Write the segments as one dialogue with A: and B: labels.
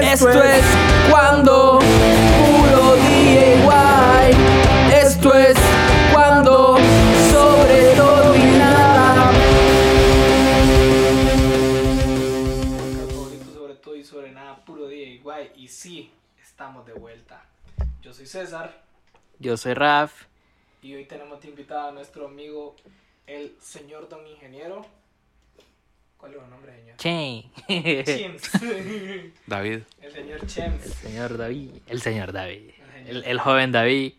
A: Esto, es cuando puro DIY. Esto es cuando sobre todo y nada.
B: Alcohólicos sobre todo y sobre nada, puro DIY. Y sí, estamos de vuelta. Yo soy César
A: Yo soy Raf.
B: y hoy tenemos de invitado a nuestro amigo, el señor Don Ingeniero. ¿Cuál es su nombre, señor?
A: Che.
B: Chems.
C: David.
B: el señor Chems.
A: Señor David. El señor David.
B: señor.
A: El, el joven David.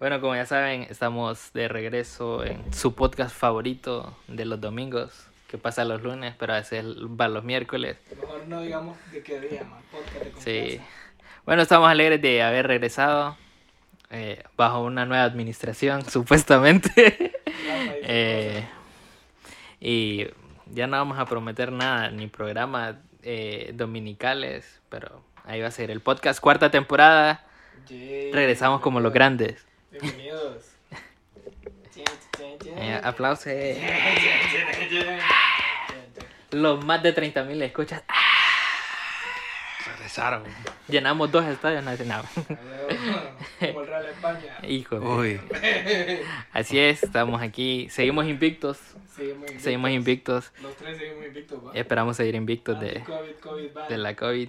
A: Bueno, como ya saben, estamos de regreso en su podcast favorito de los domingos, que pasa los lunes, pero a veces va los miércoles.
B: Mejor no digamos de qué día, man. Podcast de
A: Sí.
B: confianza.
A: Bueno, estamos alegres de haber regresado eh, bajo una nueva administración, supuestamente.
B: Rafa dice
A: Eh, y ya no vamos a prometer nada, ni programas eh, dominicales, pero ahí va a ser el podcast, cuarta temporada.
B: cosas. Yay.
A: Regresamos como los grandes.
B: Bienvenidos. Chen, chen, chen.
A: Eh, aplause. Los más de 30.000 escuchas. Ah,
C: Regresaron.
A: Llenamos dos estadios nacionales.
B: Como el Real España.
A: Hijo. de-
C: Uy.
A: Así es, estamos aquí. Seguimos invictos.
B: Seguimos invictos.
A: Seguimos invictos.
B: Los tres seguimos invictos, va. Ah,
A: Esperamos seguir invictos de,
B: COVID, COVID, va.
A: de la COVID.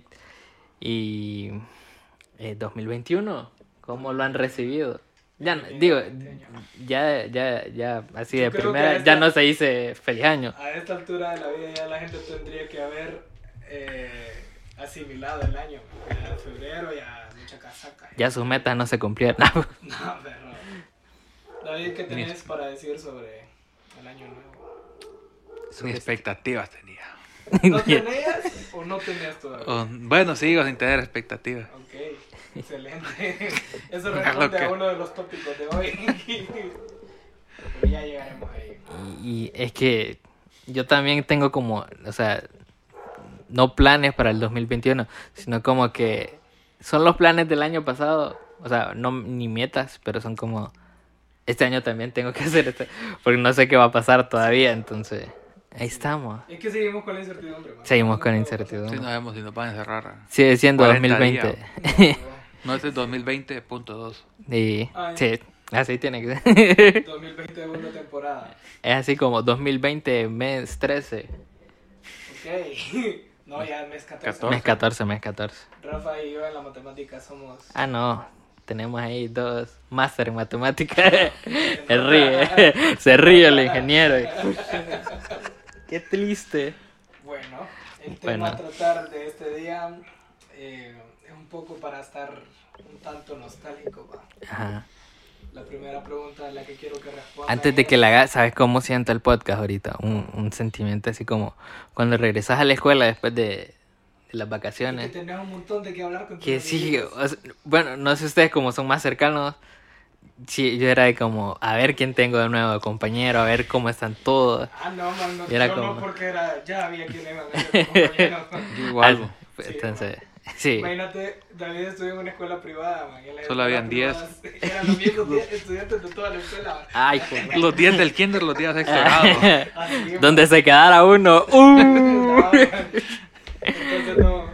A: Y eh, 2021, ¿cómo lo han recibido? Ya, no- digo, ya, ya, ya,
B: Este
A: así
B: Yo
A: de
B: creo
A: primera,
B: que esta-
A: ya no se dice feliz año.
B: A esta altura de la vida ya la gente tendría que haber eh, asimilado el año. Ya en febrero ya mucha casaca.
A: Ya sus metas no se cumplieron.
B: No, pero... David, ¿qué tenés para decir sobre el año nuevo?
C: Sin expectativas tenía.
B: ¿No tenías o no tenías todavía?
A: Oh.
C: O- bueno, sigo sin tener expectativas.
B: Ok, excelente. Eso
C: Claro
B: responde a
C: que-
B: uno de los tópicos de hoy. Pero ya llegaremos ahí.
A: Y, y es que yo también tengo como, o sea, no planes para el 2021, sino como que son los planes del año pasado, o sea, no ni metas, pero son como este año también tengo que hacer esto, porque no sé qué va a pasar todavía, entonces ahí estamos.
B: Es que seguimos con la incertidumbre. man.
A: Seguimos con
B: No,
C: Si no
A: incertidumbre.
C: vemos si nos van a encerrar.
A: Sigue siendo
C: 40
A: 2020.
C: No, este es 2020.2.
A: Y
B: Ay.
A: sí, así tiene que ser.
B: 2021 temporada.
A: Es así como 2020 mes 13,
B: Ok. No, ya mes 14.
C: 14.
A: mes 14, mes 14.
B: Rafa y yo en la matemática somos.
A: Ah, no. Tenemos ahí dos máster en matemáticas. Se ríe. Se ríe el ingeniero. Qué triste.
B: Bueno, el tema a
A: Bueno.
B: tratar de este día eh, es un poco para estar un tanto nostálgico. va.
A: Ajá.
B: La primera pregunta a la que quiero que responda.
A: Antes de
B: es-
A: que la hagas, ¿sabes cómo siento el podcast ahorita? Un, un sentimiento así como cuando regresas a la escuela después de, de las
B: Y Que
A: vacaciones.
B: tenés un montón de que hablar con tus
A: Que sí,
B: amiguitos.
A: o sea, bueno, no sé ustedes como son más cercanos. Sí, yo era de como, a ver quién tengo de nuevo de compañero, a ver cómo están todos.
B: Ah, no, man, no,
A: Y era
B: yo no,
A: como-
B: porque era, ya había quien iba a ser compañero.
C: Yo igual.
A: Al-
B: Sí,
A: Entonces, sí.
B: Imagínate, David estudió en una escuela privada, man. y en la escuela
C: Solo habían
B: privada Eran los mismos diez estudiantes de toda la escuela. man.
A: Ay, joder.
C: Los días del kinder, los días de sexto grado.
B: Así, man.
A: Donde se quedara uno. ¡uh!
B: No, man. Entonces no,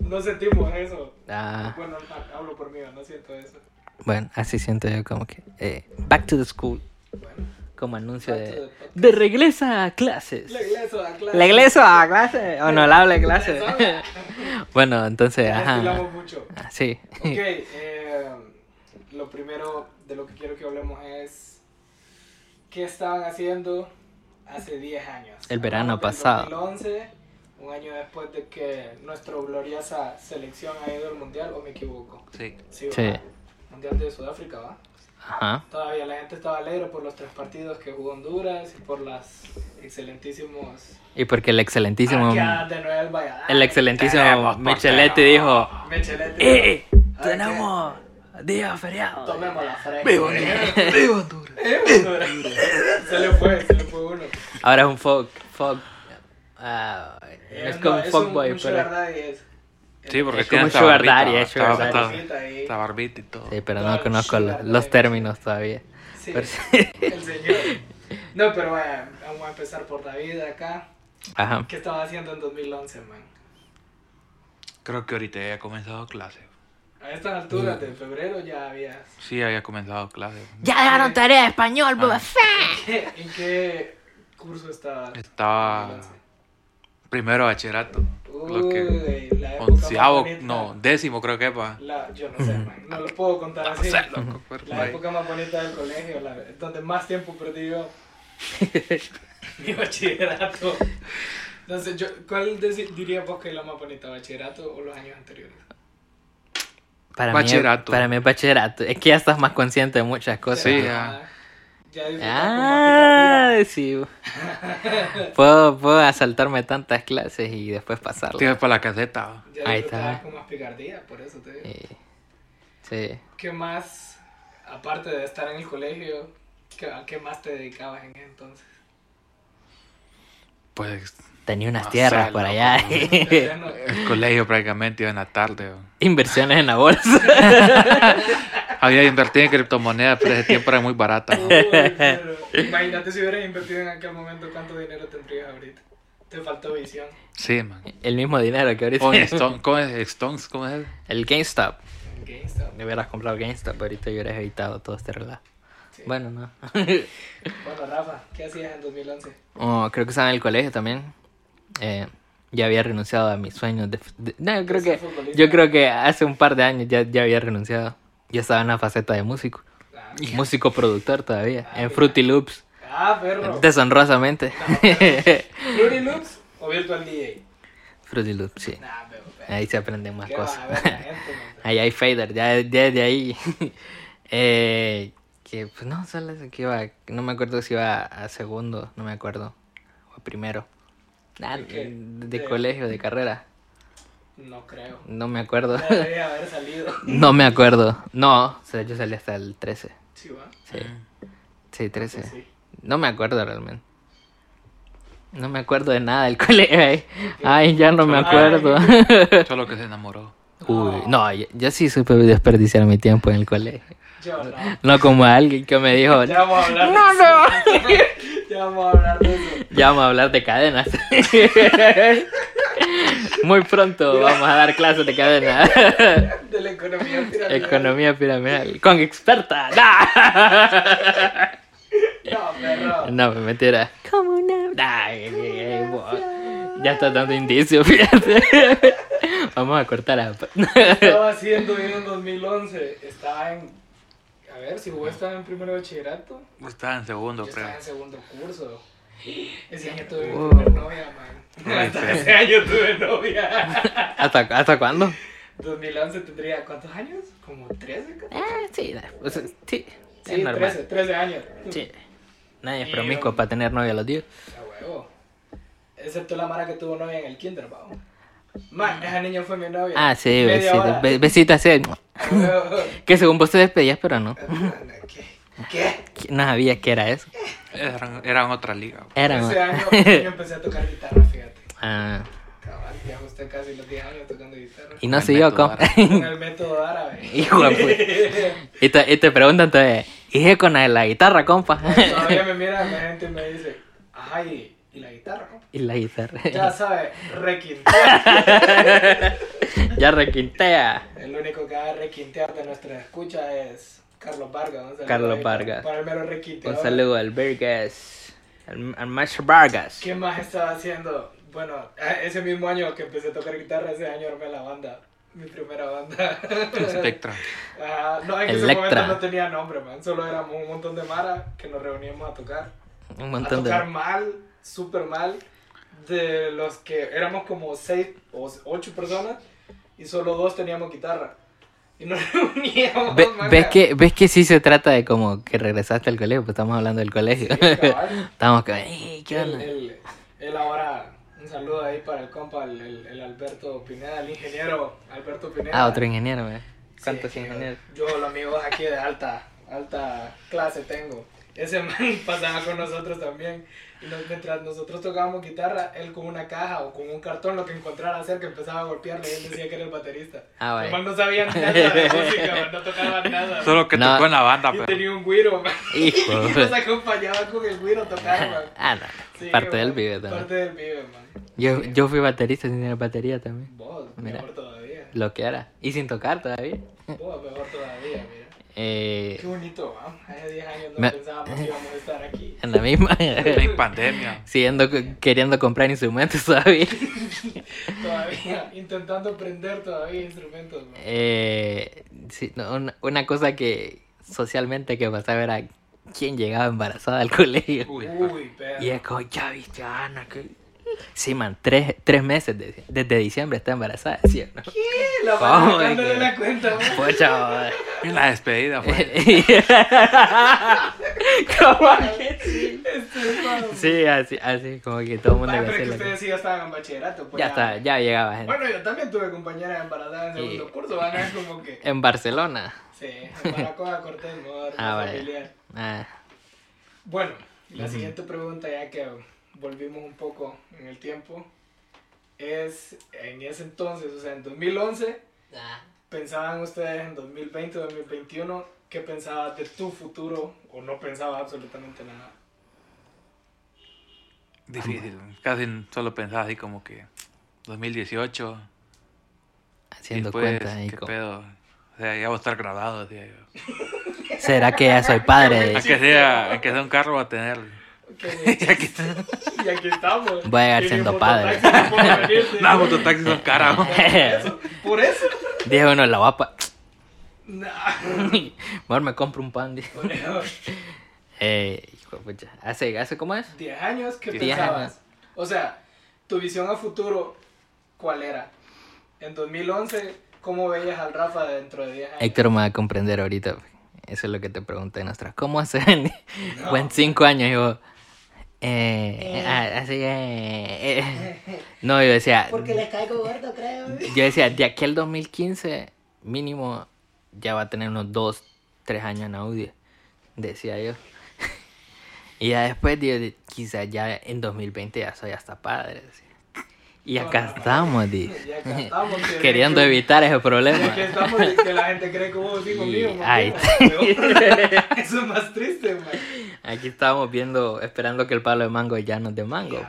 B: no sentimos eso.
A: Ah,
B: Bueno, ha- hablo por mí, no siento eso.
A: bueno, así siento yo como que. eh, back to the school.
B: Bueno,
A: Como anuncio
B: Back to the
A: de.
B: podcast.
A: De regresa a clases.
B: la iglesia, la clase.
A: La iglesia a clases. Honorable clases.
B: Hola.
A: bueno, entonces,
B: Ya
A: ajá.
B: estilamos mucho.
A: Ah, Sí.
B: Ok, eh, lo primero de lo que quiero que hablemos es qué estaban haciendo hace 10 años.
A: El verano
B: Hablamos del
A: pasado.
B: 2011, un año después de que nuestra gloriosa selección ha ido al mundial, o me equivoco.
C: Sí.
B: Sí.
A: Sí.
B: ¿verdad? Mundial de Sudáfrica, ¿va?
A: Ajá.
B: Todavía la gente estaba alegre por los tres partidos que jugó Honduras y por las excelentísimos
A: Y porque el excelentísimo.
B: arqueadas de Noel Valladolid.
A: El excelentísimo
C: Tenemos
A: Micheletti dijo:
B: Michelete.
A: ¡Eh!
B: Arquea-
A: ¡Tenemos día feriado!
B: Tomemos la fresca.
C: ¡Viva Honduras!
B: se le fue, se le fue uno.
A: Ahora es un folk. folk ah, no es como
B: No,
A: un fuckboy,
B: un
A: pero.
B: sugar daddy, es-
C: Sí, porque
A: Es como
C: tiene esta
A: sugar daddy,
C: barbita.
A: es sugar
C: Esta
A: daddy.
C: esta-
B: Barbita ahí.
C: esta barbita y todo.
A: Sí, pero
B: Dark
A: no conozco
B: Sugar
A: los,
B: Daddy.
A: los términos todavía.
B: Sí,
A: Pero-
B: el señor. No, pero vaya, vamos a empezar por David acá.
A: Ajá.
B: ¿Qué estaba haciendo en 2011, man?
C: Creo que ahorita ya ha comenzado clase.
B: A estas
A: Mm.
B: alturas de febrero ya habías.
C: Sí, había comenzado clase.
A: Ya dejaron tarea de español,
C: Ah.
B: ¿En qué curso estaba?
C: Estaba primero bachillerato. Lo que
B: Uy, la época más
C: onceavo,
B: bonita.
C: no, décimo creo que pa.
B: La- yo no sé, man, no lo puedo contar
C: No
B: así.
C: sé, loco, pero
B: La
C: por ahí.
B: época más bonita del colegio, la, donde más tiempo perdí yo. mi bachillerato. Entonces, yo, ¿cuál deci- dirías vos que es la más bonita, bachillerato o los años anteriores?
A: Para Mí,
C: Bachillerato.
A: para mí es bachillerato. Es que ya estás más consciente de muchas cosas.
C: Pues Sí,
B: ya. Ya disfrutas con más
A: Ah, sí. Puedo, puedo asaltarme tantas clases y después pasarlas.
C: Tienes para la caseta.
B: picardía. Ya
A: Ahí
B: disfrutabas
A: está.
B: con más picardía, por eso te digo.
A: Sí. Sí.
B: ¿Qué más, aparte de estar en el colegio, qué- a qué más te dedicabas en ese entonces?
C: Pues
A: Tenía unas
C: No
A: tierras
C: sé,
A: por
C: loco.
A: allá.
B: Ya no-
C: el colegio prácticamente iba en la tarde. ¿no?
A: Inversiones en la bolsa.
C: Había invertido en criptomonedas, pero ese tiempo era muy barata. ¿no?
B: Uy, pero Imagínate si hubieras invertido en aquel momento, ¿cuánto dinero tendrías ahorita? Te faltó visión.
C: Sí, man.
A: El mismo dinero que ahorita.
C: O en Stone- ¿cómo es? Stones, ¿cómo es?
A: El GameStop.
B: En GameStop.
A: Me hubieras comprado GameStop, ahorita yo hubieras evitado todo este relajo.
B: Sí.
A: Bueno, no.
B: Bueno, Rafa, ¿qué hacías en 2011?
A: Oh, creo que estaba en el colegio también. Eh, ya había renunciado a mis sueños. De, de- no, yo creo
B: ser
A: que,
B: futbolista.
A: yo creo que hace un par de años ya, ya había renunciado. Ya estaba en la faceta de músico.
B: Ah,
A: Músico productor todavía.
B: Ah,
A: En
B: mira.
A: Fruity Loops.
B: Ah, perro.
A: Deshonrosamente.
B: ¿Fruity Loops o Virtual DJ?
A: Fruity Loops, sí.
B: Nah, pero, pero,
A: Ahí se aprenden más
B: ¿qué vas a
A: cosas.
B: ver la gente, man?
A: Ahí hay fader, ya ya desde ahí. eh, que pues no, solo eso que iba. No me acuerdo si iba a segundo, no me acuerdo. O a primero. Nah,
B: ¿De
A: ¿De,
B: qué? De-
A: colegio, de carrera.
B: No creo.
A: No me acuerdo.
B: No debería haber salido.
A: no me acuerdo. No, o sea, yo salí hasta el 13.
B: Sí, va.
A: Sí, sí 13.
B: Pues Ah. sí.
A: No me acuerdo realmente. No me acuerdo de nada del colegio. Ay, Ay, ya no me acuerdo.
C: Solo que se enamoró.
A: Uy, no, yo, yo sí supe desperdiciar mi tiempo en el colegio.
B: Yo no.
A: No como alguien que me dijo,
B: Ya vamos a hablar de
A: No,
B: eso. ya vamos a hablar de eso.
A: ya vamos a hablar de cadenas. Muy pronto vamos a dar clases de cadenas.
B: De la economía piramidal.
A: Economía piramidal. Con experta. ¡No!
B: No, perro.
A: No, mentira. Como una. Ay, ay, ay, bo- ya está dando indicios, fíjate. Vamos a cortar a...
B: estaba haciendo bien en 2011? Estaba en. A ver, si vos estabas en primero de bachillerato,
C: Estaba en segundo,
B: yo estaba
C: creo.
B: en segundo curso. Ese año tuve mi
A: Wow.
B: primer novia, man.
C: Ay,
B: Hasta
C: fe.
B: ese año tuve novia.
A: ¿Hasta, ¿Hasta cuándo?
B: 2011 tendría, ¿cuántos años? ¿Como 13? creo.
A: Eh, sí, o sea, sí. Es
B: Sí,
A: normal.
B: 13, 13 años.
A: Sí. Nadie es promiscuo para tener novia a los 10.
B: A huevo. Excepto la Mara que tuvo novia en el kinder, pavo. Man, esa niña fue mi novia.
A: Mm. Ah, sí,
B: Media hora.
A: besitos. Be- besitos, sí.
B: A huevo.
A: Que según vos te despedías, pero no.
B: ¿Qué? ¿Qué?
A: No sabías que era eso.
C: Eran, eran otra liga.
A: Era.
B: Ese año yo empecé a tocar guitarra, fíjate.
A: Ah,
B: Cabal, ya usted casi los 10 años tocando guitarra.
A: y no
C: El
A: sé yo
C: método
A: cómo.
B: Con el método árabe.
A: Hijo de puta. Y te, y te preguntan todavía, ¿y qué con la guitarra, compa?
B: Todavía me mira la gente y me dice, ajá, ¿y, y la guitarra? compa?"
A: y la guitarra.
B: Ya sabe, requintear.
A: ya requintea.
B: El único que va a requintear de nuestra escucha es Carlos Vargas. un saludo
A: Carlos
B: ahí
A: Vargas.
B: Para el mero requinteador.
A: Un saludo al Vargas. Al, al maestro Vargas.
B: ¿Qué más estaba haciendo? Bueno, eh, ese mismo año que empecé a tocar guitarra, ese año armé la banda. Mi primera banda.
C: Spectra.
B: Ah, no, en ese
A: Electra.
B: momento no tenía nombre, man. Solo éramos un montón de mara que nos reuníamos a tocar.
A: Un
B: A
A: montón
B: tocar
A: de.
B: mal, súper mal. De los que éramos como seis o ocho personas y solo dos teníamos guitarra. Y nos reuníamos.
A: Ve-
B: man,
A: ¿Ves
B: a-
A: que, ¿Ves que sí se trata de como que regresaste al colegio? Pues estamos hablando del colegio.
B: cabal.
A: estamos que. "Ey, ¿Qué
B: El,
A: onda?
B: el, el ahora, un saludo ahí para el compa, el, el- el Alberto Pineda, el ingeniero Alberto Pineda.
A: Ah, otro ingeniero, ¿verdad? ¿Cuántos
B: Sí,
A: ingenieros?
B: Yo, yo los amigos aquí de alta, alta clase tengo. Ese man pasaba con nosotros también. Y nos- mientras nosotros tocábamos guitarra, él con una caja o con un cartón, lo que encontrara cerca, empezaba a golpearle y él decía que era el baterista.
A: Ah, vaya.
B: el man no sabía nada de música, man, no tocaba nada.
C: Solo que
A: No.
C: tocó en la banda,
B: Y
C: pero.
B: tenía un güiro, man.
A: Hijo.
B: Y nos acompañaba con el güiro a tocar, man.
A: Ah, no.
B: Sí,
A: parte
B: man,
A: del vive también.
B: Parte del vive, man.
A: Yo, yo fui baterista sin tener batería también.
B: Vos,
A: Mira.
B: mejor todavía.
A: lo que era. Y sin tocar todavía.
B: Pua, mejor todavía, mira.
A: Eh,
B: Qué bonito, vamos. Hace 10 años no
A: Me-
B: pensábamos que íbamos a estar aquí.
A: en la misma.
C: En pandemia.
A: Siguiendo co- queriendo comprar instrumentos todavía.
B: Todavía intentando aprender todavía instrumentos, man.
A: Eh, sí, no, una, una cosa que socialmente que pasaba era quién llegaba embarazada al colegio.
C: Uy,
B: Uy, perro.
A: Y es como, ya viste a Ana. Que... Sí, man, tres, tres meses decía. desde diciembre está embarazada, ¿sí o no?
B: ¿Qué? La
A: ¿Cómo
B: van
A: es
B: dándole
A: que-
B: la cuenta, man.
A: Pocha, joder.
C: en la despedida fue.
A: ¿Cómo que?
B: Este es malo.
A: Sí, así, así como que todo el mundo
B: Vaya,
A: iba a
B: pero
A: hacer
B: que
A: la-
B: ustedes sí ya estaban en bachillerato. Pues
A: Ya está, ya llegaba gente.
B: Bueno, yo también tuve compañeras embarazadas en
A: Y-
B: segundo curso, van a como que.
A: En Barcelona.
B: Sí, Baracoa Cortés, amor,
A: Ah, vaya.
B: familiar.
A: Ah,
B: Bueno, la siguiente pregunta, ya que volvimos un poco en el tiempo, es: en ese entonces, o sea, en 2011, ¿pensaban ustedes en 2020, 2021? ¿Qué pensabas de tu futuro o no pensabas absolutamente nada?
C: Difícil. Casi solo pensaba así como que 2018. y
A: haciendo
C: después,
A: cuentas ahí
C: pues, ¿Qué
A: como,
C: pedo? O sea, ya voy a estar graduado, decía yo.
A: ¿Será que ya soy padre?
C: A que sea, a que sea un carro va a tener.
B: Ok,
C: Ya que-
B: y aquí estamos.
A: Voy a llegar
B: Y ni
A: siendo
B: mototaxi
A: padre.
B: ni puedo venirte.
C: No, mototaxis son caras. ¿no?
B: Por eso.
A: Dije, bueno, la guapa.
B: No.
A: Mejor me compro un pan. dije.
B: Bueno,
A: Eh, hijo de pucha. ¿Hace, ¿Hace cómo es?
B: 10 años, ¿qué
A: Diez
B: pensabas? O sea, tu visión a futuro, ¿cuál era? En 2011, ¿cómo veías al Rafa dentro de 10 años?
A: Héctor me va a comprender ahorita. Eso es lo que te pregunté nuestra. ¿Cómo hacen? O en cinco años, yo. Eh, ah, así eh, eh. No, yo decía.
D: Porque les caigo gordo, creo.
A: Yo decía, de aquí al 2015, mínimo, ya va a tener unos dos, tres años en audio. Decía yo. Y ya después, digo, de- quizás ya en 2020 ya soy hasta padre. decía. Y acá estamos, di.
B: Y acá estamos, que-
A: Queriendo
B: que-
A: evitar ese problema.
B: que estamos de que la gente cree que vos sí conmigo.
A: Y-
B: man,
A: ay.
B: man. Eso es más triste, man.
A: Aquí estábamos viendo, esperando que el palo de mango ya nos dé mango.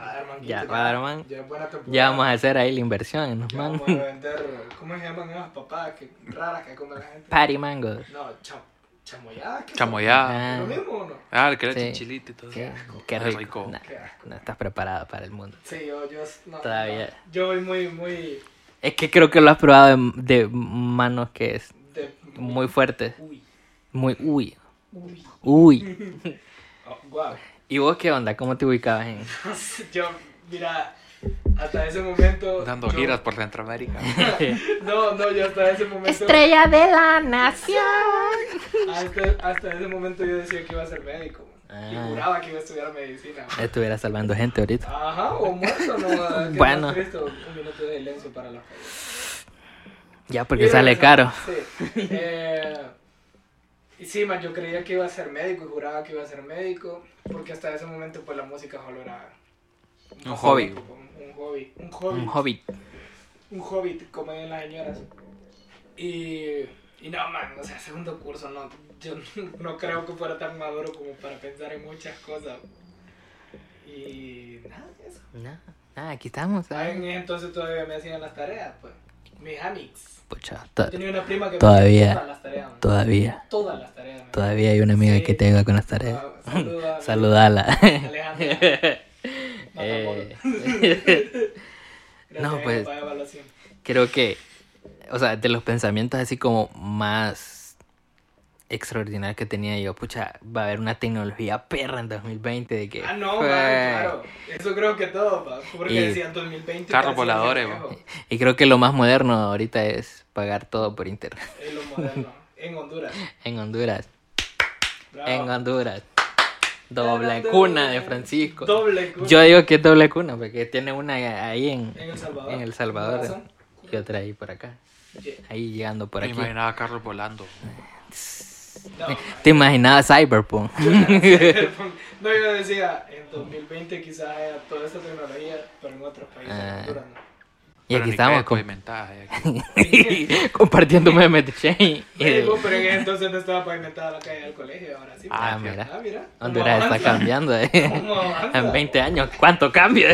B: Ya va a dar manguito,
A: Ya va a dar man-
B: Ya es buena temporada.
A: Ya vamos a hacer ahí la inversión en los
B: Ya vamos
A: mangos.
B: a vender, ¿cómo se llaman esas papadas que, raras que come la gente?
A: Party mango.
B: No, cham, chamoyadas. ¿qué son?
C: Chamoyá.
B: ¿Lo mismo o no?
C: Ah, el que era
A: Sí.
C: chinchilito y todo.
A: Qué,
C: Ay,
A: qué rico.
C: rico.
A: Nah,
B: Qué asco.
A: no estás preparada para el mundo.
B: Sí, yo, yo no,
A: Todavía.
B: no. yo voy muy, muy
A: Es que creo que lo has probado de, de manos que es
B: de-
A: muy fuerte.
B: uy,
A: Muy, uy,
B: uy,
A: uy.
B: oh, guau.
A: ¿Y vos qué onda? ¿Cómo te ubicabas en...?
B: Yo, mira, hasta ese momento
C: Dando
B: yo-
C: giras por Centroamérica.
B: No, no, yo hasta ese momento
D: Estrella de la nación.
B: hasta, hasta ese momento yo decía que iba a ser médico. Y
A: Ah.
B: juraba que iba a estudiar medicina.
A: Estuviera salvando gente ahorita.
B: Ajá, o muerto, no. Ah, ¿Qué más
A: Bueno.
B: triste? un minuto de silencio para los caídos.
A: Ya, porque
B: Mira,
A: sale
B: o sea,
A: caro.
B: Sí. Eh, y sí, man, yo creía que iba a ser médico y juraba que iba a ser médico, porque hasta ese momento pues la música solo era
C: Un
A: hobby.
B: Un, un hobby. Un hobby.
A: Un hobbit.
B: Un hobbit, como en las señoras. Y, y no, man, o sea, segundo curso, no, yo no creo que fuera tan maduro como para pensar en muchas cosas. Y nada, eso.
A: Nada, nada, aquí estamos. ah.
B: ¿Saben? Entonces todavía me hacían las tareas, pues. Mis amics.
A: Pucha, to-
B: Tenía una prima que
A: Todavía.
B: me hacía todas las tareas. man.
A: todavía.
B: Todas las tareas. man.
A: Todavía hay una amiga
B: Sí.
A: que te ayuda con las tareas.
B: Ah, saluda a mi
A: Saludala.
B: Alejandra.
A: Eh,
B: Gracias,
A: No, pues.
B: papá, de evaluación.
A: creo que, o sea, de los pensamientos así como más extraordinarios que tenía yo, pucha, va a haber una tecnología perra en 2020 de que...
B: Ah, no, man,
A: Eh, fue-
B: claro. Eso creo que todo, pa, porque
A: Y-
B: decían 2020.
C: Carros
B: casi
C: voladores,
B: viejo,
C: man.
A: Y creo que lo más moderno ahorita es pagar todo por internet.
B: Es lo moderno. En Honduras.
A: En Honduras,
B: Bravo.
A: en Honduras. Doble cuna de Francisco.
B: Doble cuna.
A: Yo digo que es doble cuna, porque tiene una ahí en,
B: En El Salvador.
A: en El Salvador eh.
B: Corazón.
A: y otra ahí por acá.
B: Yeah.
A: Ahí llegando por
C: Me
A: aquí.
C: imaginaba carros volando.
B: No, man.
A: ¿Te imaginabas Cyberpunk?
B: no, yo decía, en 2020 quizás haya toda esta tecnología, pero en otros países. en
A: Ah.
B: Honduras no.
A: y
C: Pero
A: aquí
C: ni
A: estamos
C: crees,
A: con-
C: pavimentadas, ahí aquí.
A: compartiendo memes de Shane. Y
B: Ey,
A: de-
B: vos, pero en ese entonces no estaba pavimentada la calle del colegio, ahora sí.
A: Ah,
B: pues.
A: mira.
B: Ah, mira.
A: Honduras
B: ¿Cómo
A: está
B: avanza?
A: cambiando. eh.
B: ¿Cómo avanza?
A: En 20 años, ¿cuánto cambio?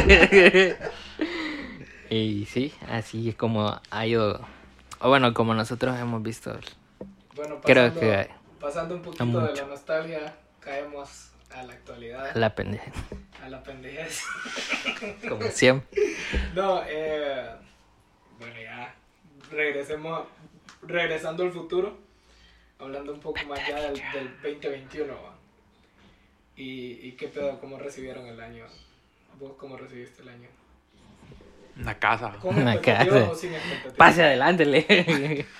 A: y sí, así es como ha ido O bueno, como nosotros hemos visto.
B: Bueno,
A: Creo
B: pasando,
A: que-
B: pasando un poquito de la
A: mucho.
B: nostalgia, caemos a la actualidad,
A: La pendeja.
B: a la pendejez.
A: Como siempre.
B: No, eh, bueno, ya regresemos, regresando al futuro, hablando un poco más ya del, del 2021. va. ¿Y, ¿Y qué pedo? ¿Cómo recibieron el año? ¿Vos cómo recibiste el año?
C: Una casa.
B: ¿Con
A: Me
B: expectativas
A: cago.
B: o sin expectativas?
A: Pase adelante, le.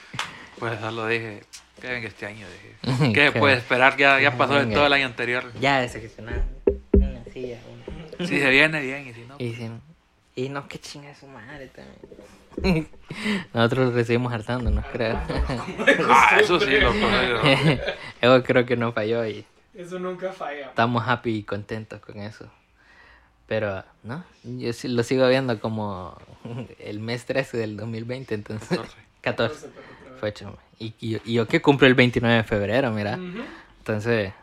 C: Pues solo dije, que venga este año, dije.
A: Ujú,
C: ¿Qué
A: que-
C: puedes esperar? Ya, ya pasó de
A: venga.
C: todo el año anterior.
A: ya decepcionado. Una silla, una.
C: Si se viene, bien, y si no.
A: Y dicen, y no, que chinga su madre también. Nosotros lo recibimos hartando, no creo.
C: Ah, eso sí, loco. yo-
A: Yo creo que no falló y
B: Eso nunca falla.
A: estamos happy y contentos con eso. Pero, ¿no? Yo sí lo sigo viendo como el mes 13 del 2020, entonces.
C: 14.
A: 14.
B: Pero otra vez.
A: Fue chum. Y, y- y yo que cumplo el 29 de febrero, mira.
B: Ujú.
A: Entonces,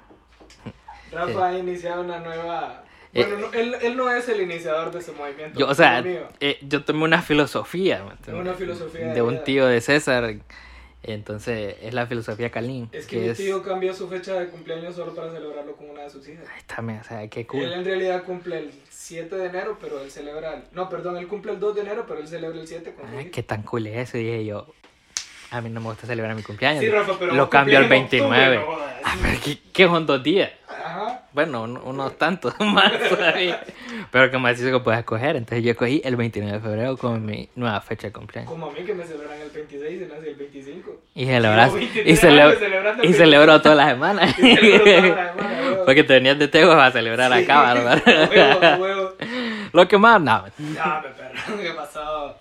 B: Rafa ha iniciado una nueva...
A: Eh,
B: Bueno, no, él, él no es el iniciador de ese movimiento.
A: yo, o sea,
B: es mío.
A: eh, yo tomé una filosofía. ¿me entiendes?
B: Una filosofía
A: De
B: de
A: un
B: vida.
A: tío de César. Entonces, es la filosofía Kalin.
B: Es que mi tío cambió su fecha de cumpleaños solo para celebrarlo con una de sus hijas.
A: Ay, también, o sea, qué cool.
B: Él en realidad cumple el 7 de enero, pero él celebra... el- No, perdón, él cumple el 2 de enero, pero él celebra el 7 con su
A: Ay,
B: hija.
A: Ah, qué tan cool es eso. Y dije yo, a mí no me gusta celebrar mi cumpleaños.
B: Sí, Rafa, pero
A: Lo
B: vos
A: cambio al
B: cumplís en octubre,
A: 29.
B: no jodas.
A: Ah, pero ¿qué, qué son dos días?
B: Ajá.
A: Bueno, un- unos tantos más todavía. Pero que más hizo que puedes escoger. Entonces yo escogí el 29 de febrero como mi nueva fecha de cumpleaños.
B: Como a mí que me celebran el 26 y nace el 25.
A: Y celebras.
B: Llevo 23
A: Y, celebra-
B: años celebrando
A: y
B: el
A: celebró toda la semana.
B: Y celebro toda la semana, huevo.
A: Porque te venías de Tego a celebrar
B: Sí,
A: acá, bárbaro.
B: huevo, a huevo.
A: Lo que más, no.
B: Ah, me perro, ¿qué pasó?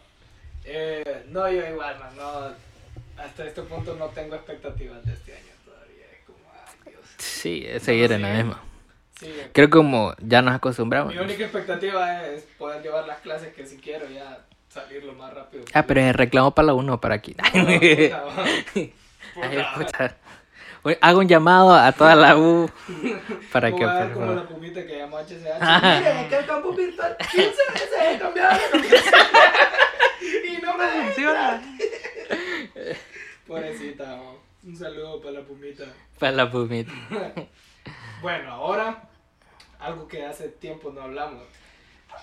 B: Eh, no, yo igual, man, no, hasta este punto no tengo expectativas de este año todavía. Es como, ah, ay, Dios.
A: Sí, es seguir en la
B: sí.
A: misma.
B: Sí,
A: Creo que como ya nos acostumbramos.
B: mi única expectativa es poder llevar las clases que si quiero ya salir lo más rápido.
A: Ah, pero el reclamo para la uno para aquí.
B: posible.
A: Ay,
B: Ah, puta, man. Puta.
A: puta. Oye, Hago un llamado a toda la U para que
B: Jugaba
A: por
B: como
A: favor.
B: la pumita que llamó HCH.
A: Ah.
B: Mire, que el campo virtual 15 veces he cambiado de conversación. Y no me funciona. Pobrecita, man. un saludo para la pumita.
A: para la pumita.
B: Bueno, ahora algo que hace tiempo no hablamos.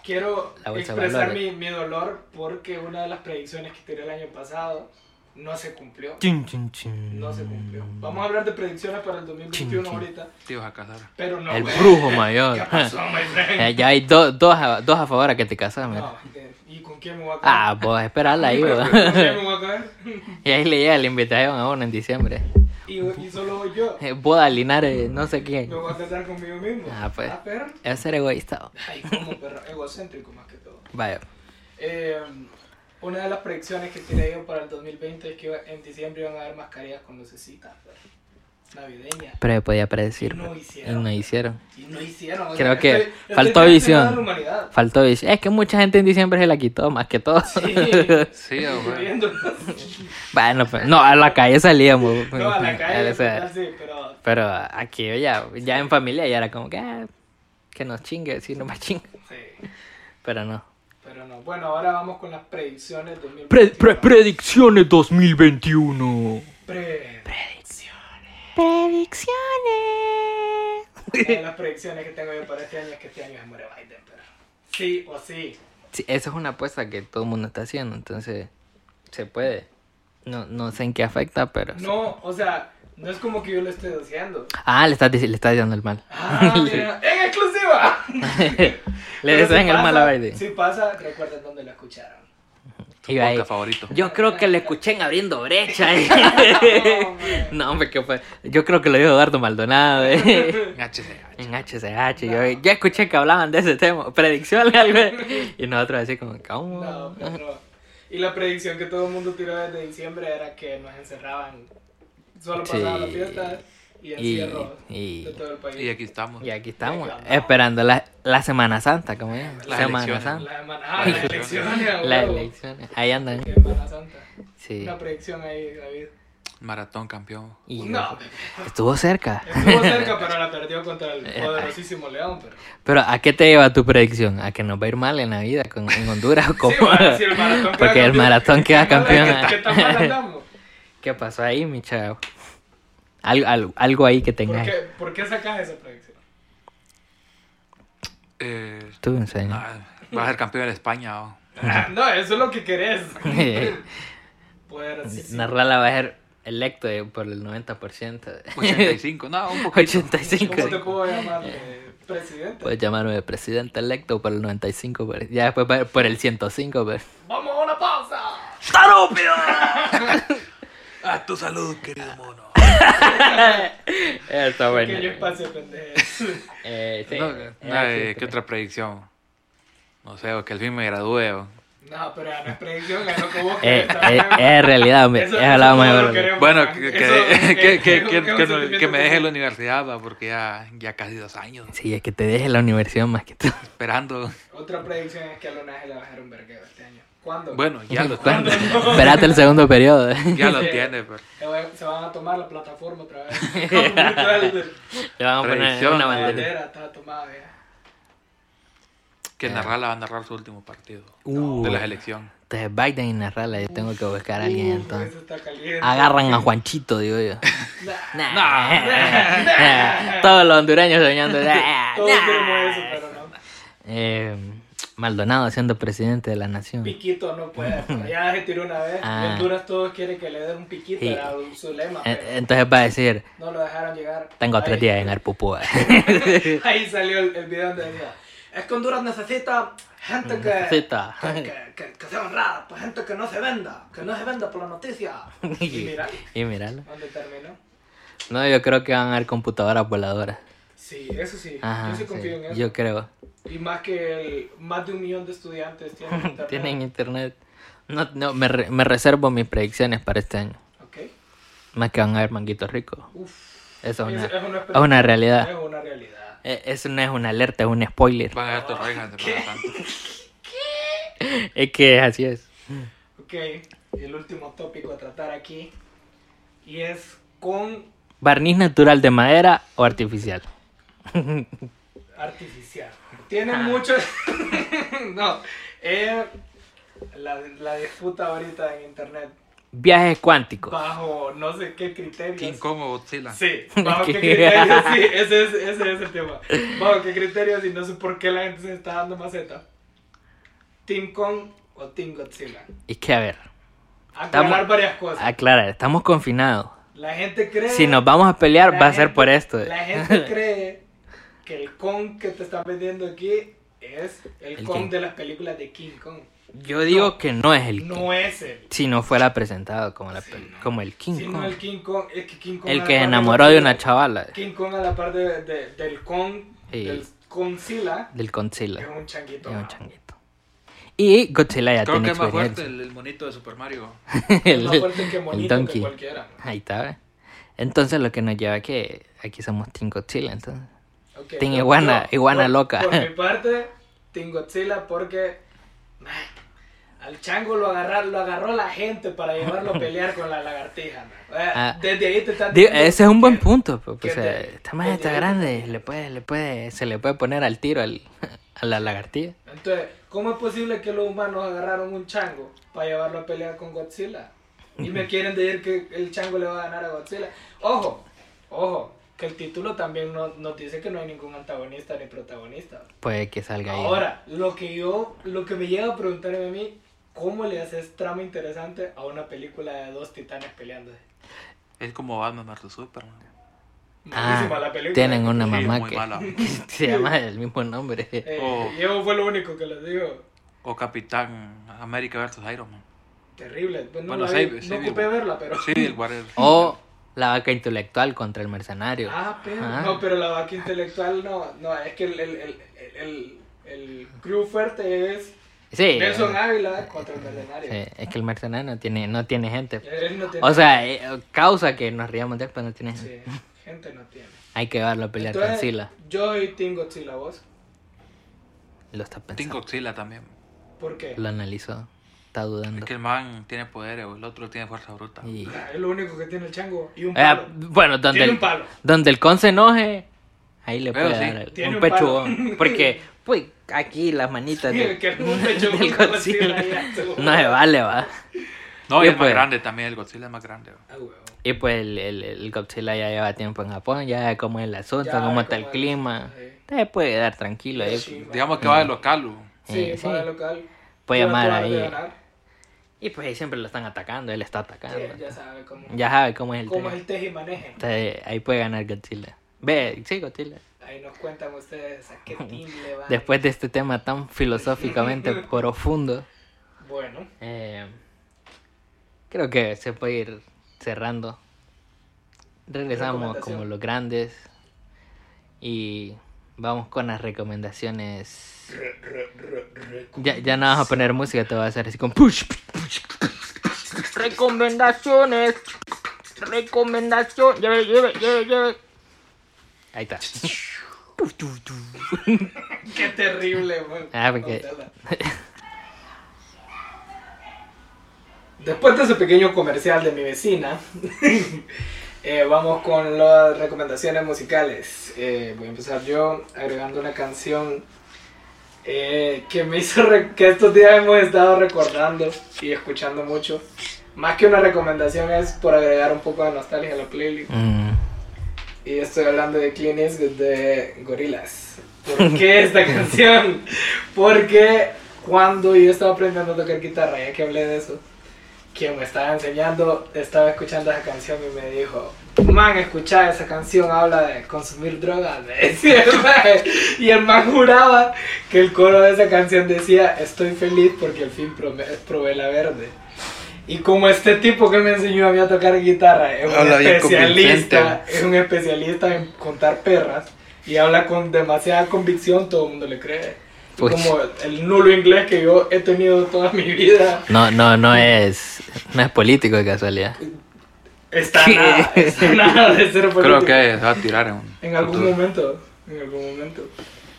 B: Quiero
A: La bolsa de
B: expresar mi,
A: valores.
B: mi dolor porque una de las predicciones que tiré el año pasado no se cumplió.
A: Chin, chin, chin.
B: No se cumplió. Vamos a hablar de predicciones para el 2021
A: Chin, chin.
B: ahorita,
C: Te ibas a casar.
B: pero no.
A: El
B: güey.
A: brujo mayor.
B: ¿Qué pasó, my friend?
A: Eh, ya hay do- dos, a, dos a favor a que te casas, mira.
B: No, eh, ¿y con quién me voy a caer?
A: Ah, pues esperarla ahí, ¿verdad?
B: ¿Con quién me voy a caer?
A: Y ahí le llega la invitación a uno en diciembre.
B: Y, y solo yo.
A: Eh, Boda Linares, no sé quién.
B: Me voy a casar conmigo mismo.
A: Ah, pues.
B: perro.
A: Es ser egoísta.
B: Ay, como perro. Egocéntrico más que todo.
A: Vaya.
B: Eh, una de las predicciones que tiré yo para el 2020 es que iba- en diciembre iban a haber mascarillas con lucecitas pues, navideñas.
A: Pero podía predecir.
B: Y no
A: pues.
B: hicieron.
A: Y no hicieron.
B: Y no hicieron. o
A: Creo
B: sea,
A: que
B: estoy- estoy
A: faltó
B: decepcionado
A: visión.
B: de la humanidad.
A: Faltó visión. Es que mucha gente en diciembre se la quitó, más que todo.
B: Sí,
C: Sí, güey.
B: viendo.
A: Bueno, pues, no, a la calle salíamos. pues,
B: No, a la calle. pues,
A: O sea,
B: así, pero
A: pero aquí ya, ya en familia ya era como que, ah, que nos chingue, si no me chingue.
B: sí,
A: Pero no.
B: pero no. Bueno, ahora vamos con las predicciones 2021.
A: Pre- pre- predicciones 2021.
B: Pre-
D: Predicciones.
B: Una de las predicciones que tengo yo para este año es que este año se muere Biden, pero sí o sí.
A: Sí, esa es una apuesta que todo el mundo está haciendo, entonces se puede. No, no sé en qué afecta, pero...
B: No, o sea, no es como que yo lo esté haciendo.
A: Ah, le estás, dic- le estás diciendo el mal.
B: Ah, mira, en exclusiva.
A: le
B: Pero si
A: desean el mal a
B: pasa-
A: Biden.
B: Si pasa, recuerden dónde lo escucharon.
A: Y
C: Tu
A: va ahí,
C: podcast favorito.
A: Yo creo que le escuché en abriendo brecha. eh".
B: No,
A: no, hombre, qué fue. Yo creo que lo dijo Eduardo Maldonado. eh.
C: HCH.
A: En HCH, yo, yo escuché que hablaban de ese tema, predicciones algo. eh. Y nosotros así como, ¿cómo?
B: no, pues no. Y la predicción que todo el mundo tiró desde diciembre era que nos encerraban. Solo pasaban las
A: Sí.
B: fiestas y
A: Y-
B: encierros
A: y-
B: de todo el país.
C: Y aquí estamos.
A: Y aquí estamos,
B: Venga, no.
A: esperando la, la Semana Santa, ¿cómo es?
C: Las
A: Semana
C: elecciones.
A: Santa.
B: La semana, ah, las elecciones, a
A: Las
B: huevo.
A: elecciones. Ahí andan.
B: Semana Santa.
A: Sí.
B: Una predicción ahí, David.
C: Maratón campeón.
A: Y
B: No,
A: estuvo cerca.
B: estuvo cerca, pero la perdió contra el poderosísimo León. Pero...
A: Pero ¿a qué te lleva tu predicción? ¿A que nos va a ir mal en la vida con, en Honduras o cómo?
B: Sí, van a decir, el maratón queda
A: Porque el
B: campeón.
A: maratón queda campeón.
B: ¿Qué tan mal andamos?
A: ¿Qué pasó ahí, mi chavo? Al- al- algo ahí que
B: ¿Por
A: tengas.
B: qué, ¿Por qué sacas esa predicción?
C: Eh,
A: Tú enseñas.
C: ah, va a ser campeón de España. oh.
B: No, eso es lo que querés. Poderosísimo.
A: Narrala va a ser electo eh, por el 90%.
C: 85, no, un poquito.
A: 85.
B: ¿Cómo te puedo llamar eh, presidente?
A: Puedes llamarme presidente electo por el 95, por- ya después por- por el 105. Pero...
B: ¡Vamos a una pausa!
C: ¡Tarúpido! A tu salud, querido mono.
A: Está bueno.
B: Pequeño espacio, pendejos.
A: Eh, sí,
C: No,
A: eh,
C: no, eh,
A: sí,
C: ¿Qué otra predicción? No sé, o que al fin me gradúe. o-
B: No, pero ya no es predicción, es lo que vos
A: Eh,
B: querés.
A: eh, eh, realidad, hombre.
B: Eso-
A: Ya
B: eso
A: hablábamos
B: no lo
A: de-
B: queremos.
C: Bueno, que, que-
B: Eso-
C: que-
B: eh,
C: que-
B: es un-
C: que-
B: es un
C: que no-
B: sentimiento
C: que me deje
B: común.
C: la universidad, va, porque ya, ya casi dos años
A: Sí, es que te deje la universidad más que tú.
C: esperando.
B: Otra predicción es que a Lunaje le va a dejar un vergueo este año. ¿Cuándo?
C: Bueno, ya lo
A: Bueno,
C: tiene,
A: Espérate el segundo periodo. eh.
C: ya lo
B: Sí.
C: tiene, pero
B: Se va- Se van a tomar la plataforma otra vez. Virtual,
A: Le vamos a poner
C: Predicción,
A: una
B: La
C: eh.
A: bandera.
B: bandera está tomada ya.
C: que Narrala va a narrar su último partido
A: Uh,
C: de la selección.
A: entonces Biden y Narrala, yo tengo que buscar a alguien entonces.
B: Eso está caliente.
A: Agarran a Juanchito, digo yo.
B: Nah,
A: Nah. Todos los hondureños soñando. nah,
B: Todos
A: nah.
B: queremos eso, pero no.
A: Eh, Maldonado siendo presidente de la nación.
B: Piquito no puede. pero Ya se tiró una vez.
A: Ah.
B: En Honduras todos quieren que le den un piquito.
A: Sí.
B: Era su lema. pero
A: Eh, Entonces va a decir,
B: No lo dejaron llegar.
A: tengo
B: Ahí-
A: tres días en el pupú.
B: Ahí salió el, el video donde decía: Es que Honduras necesita gente que.
A: Necesita.
B: Que, que, que, que sea honrada, pues gente que no se venda, que no se venda por la noticia. Y mira,
A: Y míralo.
B: ¿dónde terminó?
A: No, yo creo que van a haber computadoras voladoras.
B: Sí, eso sí,
A: Ajá,
B: yo sí
A: sí,
B: confío en eso.
A: yo creo.
B: Y más que el, más de un millón de estudiantes tienen internet.
A: Tienen internet. No, no, me, re- me reservo mis predicciones para este año.
B: Ok,
A: Más que van a haber manguitos ricos.
B: uff.
A: Eso es una,
B: Es- es una
A: es una realidad.
B: Es una realidad.
A: E- Eso no es una alerta, es un spoiler.
C: Van a ver torrejas de para tanto.
A: Es que así es.
B: Ok, y el último tópico a tratar aquí. Y es con
A: ¿Barniz natural de madera o artificial?
B: artificial. Tiene
A: Ah.
B: mucho. no, eh, la, la disputa ahorita en internet
A: Viajes cuánticos.
B: bajo no sé qué criterios.
C: Qué incómodo, Godzilla.
B: Sí, bajo qué criterios, sí, ese es, ese es el tema. Bajo qué criterios y no sé por qué la gente se está dando maceta. Team Kong o Team Godzilla.
A: Es que a ver,
B: Aclarar
A: Estamos-
B: varias cosas.
A: aclara, estamos confinados.
B: La gente cree.
A: Si nos vamos a pelear,
B: la
A: va a ser
B: gente-
A: por esto.
B: La gente cree que el Kong que te están vendiendo aquí es el,
A: El
B: Kong
A: King.
B: de las películas de King Kong.
A: Yo digo que no es el King.
B: No es él.
A: Si no fuera presentado como, la
B: Sí,
A: pel-
B: no.
A: como el King
B: sino
A: Kong.
B: el King Kong. Es que King Kong. a
A: El
B: la
A: que
B: par
A: se
B: de
A: enamoró de
B: Godzilla-
A: una chavala.
B: King Kong a la par de- de- del Kong.
A: Sí.
B: Del Kongzilla.
A: Del
B: Es
A: Godzilla.
B: un changuito.
A: Es un changuito. Y Godzilla ya
C: Creo
A: tiene
C: que es más fuerte
A: experiencia.
C: el, el monito de Super Mario.
B: Es más fuerte que
A: el
B: monito que
A: Donkey.
B: cualquiera.
A: Ahí está, ¿ves? Entonces lo que nos lleva a que aquí somos Team Godzilla, entonces.
B: Okay,
A: Team
B: yo-
A: iguana,
B: yo,
A: iguana
B: por-
A: loca.
B: Por mi parte, Team Godzilla porque man, al chango lo, agarrar, lo agarró la gente para llevarlo a pelear con la lagartija. man. O sea,
A: Ah.
B: desde ahí te están
A: Digo,
B: diciendo
A: ese es un buen
B: que-
A: punto, pues,
B: que
A: o sea,
B: te-
A: esta
B: que
A: madre
B: te
A: está
B: digo.
A: grande, le puede, le puede, se le puede poner al tiro al, a la lagartija.
B: Entonces, ¿cómo es posible que los humanos agarraron un chango para llevarlo a pelear con Godzilla? Y me quieren decir que el chango le va a ganar a Godzilla. Ojo, ojo, que el título también no- nos dice que no hay ningún antagonista ni protagonista.
A: Puede que salga ahí.
B: Ahora, lo que yo, lo que me llega a preguntarme a mí, ¿cómo le haces trama interesante a una película de dos titanes peleándose?
C: Es como Batman vs Superman.
A: Ah,
B: Malísima la película.
A: tienen una
C: Sí,
A: mamá
C: muy
A: que
C: mala.
A: se llama el mismo nombre.
B: Eh,
C: Oh.
B: Yo fue lo único que les digo.
C: O Capitán América vs Iron Man.
B: Terrible. Pues no
C: Bueno,
B: la
C: save-
B: vi,
C: save
B: no ocupé
C: it.
B: verla, pero...
C: Sí, el Warrior.
A: O la vaca intelectual contra el mercenario.
B: Ah, pero...
A: Ah.
B: No, pero la vaca intelectual no, no, es que el, el, el, el, el- el crew fuerte es
A: sí,
B: Nelson
A: eh,
B: Ávila contra el mercenario.
A: sí, es que el mercenario no tiene, no tiene gente.
B: Él no tiene...
A: O sea, eh, causa que nos riamos de él, pero no tiene gente.
B: Sí, gente no tiene.
A: Hay que llevarlo a pelear con
B: Entonces,
A: Sila.
B: Yo y Team Godzilla, vos.
A: Lo está
C: Team
A: pensando.
C: Godzilla también.
B: ¿Por qué?
A: Lo analizó. está dudando.
C: Es que el man tiene poderes, o el otro tiene fuerza bruta.
A: Y-
B: Es lo único que tiene el chango. Y un
A: Ah,
B: palo.
A: bueno, donde
B: Tiene
A: el,
B: un palo.
A: donde el con se enoje, ahí le
C: Pero
A: puede
C: sí.
A: dar el-
B: Tiene
A: un
B: un palo.
A: pechugón. Porque, pues, aquí las manitas de-
B: que un pecho
A: del
B: con la
A: Godzilla.
B: tira ahí, seguro.
A: no se vale, va.
C: No, y
A: Ya,
C: es más
A: pues.
C: grande también, el Godzilla es más grande. bro.
B: Ah, huevo.
A: Y pues el, el, el Godzilla ya lleva tiempo en Japón, ya sabe cómo es el asunto,
B: Ya,
A: cómo está el
B: cómo es.
A: clima.
B: Sí.
A: Te puede dar tranquilo, eh. ahí.
B: Sí.
C: Digamos que va de local. bro.
B: Sí,
A: Eh, sí.
B: para el local.
A: Puede
B: Yo
A: llamar
B: acabo de
A: ahí.
B: ganar.
A: Y pues ahí siempre lo están atacando, él está atacando.
B: Sí, ya sabe cómo,
A: ya sabe cómo es el
B: cómo
A: tema.
B: es el tej y maneje.
A: Entonces, ahí puede ganar Godzilla. Ve, sí, Godzilla.
B: Ahí nos cuentan ustedes a qué team le van.
A: Después de este tema tan filosóficamente profundo,
B: Bueno,
A: eh, creo que se puede ir cerrando. Regresamos
B: Recomendación.
A: como los grandes y vamos con las recomendaciones. Ya, ya no vas a poner música, te vas a hacer así con push. Recomendaciones. Recomendación. Lleve, lleve, lleve, lleve. Ahí está.
B: qué terrible, man.
A: Ah, porque-
B: Nutella. Después de ese pequeño comercial de mi vecina, eh, vamos con las recomendaciones musicales. Eh, voy a empezar yo agregando una canción eh, que me hizo re- que estos días hemos estado recordando y escuchando mucho. Más que una recomendación es por agregar un poco de nostalgia a la playlist.
A: Mm.
B: Y estoy hablando de Clean Eastwood de Gorilas. ¿Por qué esta canción? Porque cuando yo estaba aprendiendo a tocar guitarra, ya que hablé de eso, quien me estaba enseñando estaba escuchando esa canción y me dijo, man, escuchá esa canción, habla de consumir drogas. me decía el mae. y el man juraba que el coro de esa canción decía, estoy feliz porque al fin prome- probé la verde. Y como este tipo que me enseñó a mí a tocar guitarra es un
C: Habla bien
B: especialista,
C: convincente.
B: es un especialista en contar perras y habla con demasiada convicción, todo el mundo le cree. Y
A: Uy.
B: Como el nulo inglés que yo he tenido toda mi vida.
A: No, no, no es, no es político de casualidad.
B: Está
A: ¿Qué?
B: nada, está nada de ser político.
C: Creo que se va a tirar en, un
B: En algún
C: futuro.
B: momento, en algún momento.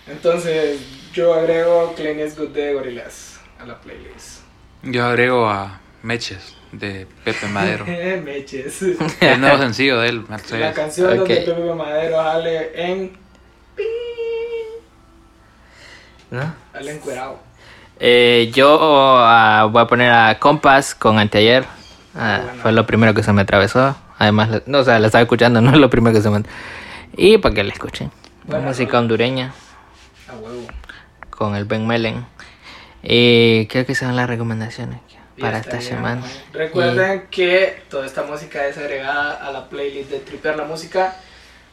B: Entonces, yo agrego Clean is Good de Gorillaz a la playlist.
C: Yo agrego a Meches de Pepe Madero.
B: Meches.
C: el nuevo sencillo de él, Mercedes.
B: La canción donde
A: Ok.
B: Pepe Madero sale en...
A: ¿No?
B: Sale encuerado.
A: Eh, yo ah, voy a poner a Compass con anteayer. Ah,
B: Bueno.
A: Fue lo primero que se me atravesó. Además, la- no, o sea, la estaba escuchando, no es lo primero que se me Y para que la escuchen.
B: Bueno.
A: Música hondureña
B: A huevo.
A: con el Ben Melen. Y creo que son las recomendaciones
B: Y
A: para
B: hasta
A: esta
B: ahí
A: semana.
B: llegamos. Recuerden que toda esta música es agregada a la playlist de Tripear la Música.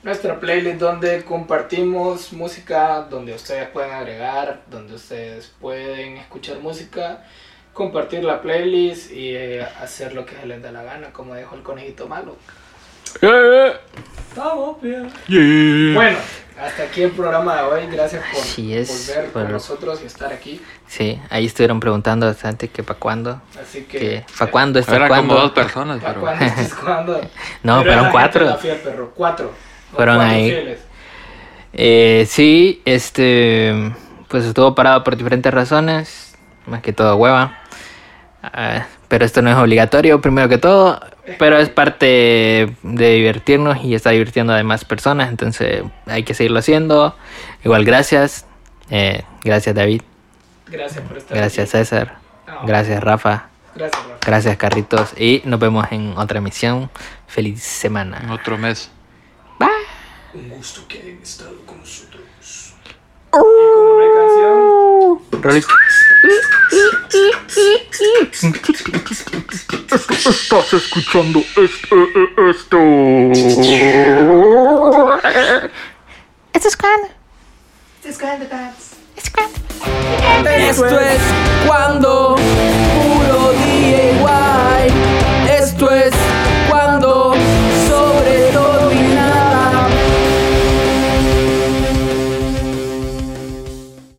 B: Nuestra playlist donde compartimos música, donde ustedes pueden agregar, donde ustedes pueden escuchar música, compartir la playlist y eh, hacer lo que se les da la gana, como dijo el conejito malo. Vamos, bien. Bueno, hasta aquí el programa de hoy. Gracias por
A: Así es,
B: volver
A: por-
B: con nosotros y estar aquí.
A: Sí, ahí estuvieron preguntando bastante que para cuándo.
B: Así
A: Que
B: que...
A: para cuándo, está
C: Eran como dos
A: cuándo.
C: personas,
B: ¿Para
C: pero
B: cuándo? ¿Estás jugando?
A: No,
B: Pero
A: fueron
B: esa
A: cuatro.
B: gente era fiel, perro, cuatro. Los
A: Fueron
B: cuatro
A: ahí.
B: fieles.
A: Eh, sí, este, pues estuvo parado por diferentes razones, más que todo hueva. Ah, pero esto no es obligatorio, primero que todo, pero es parte de divertirnos y está divirtiendo a más personas, entonces hay que seguirlo haciendo. Igual gracias, eh, gracias David,
B: Gracias por estar
A: gracias
B: aquí.
A: César,
B: Ah,
A: gracias Rafa,
B: Gracias, Rafa.
A: gracias Carritos y nos vemos en otra emisión. Feliz
C: en
A: semana.
C: otro mes.
B: Un gusto que hayan estado con nosotros. Y como no hay canción,
A: Rolly.
E: Estás escuchando este, esto.
D: Esto es cuando. Esto es cuando. Esto es cuando.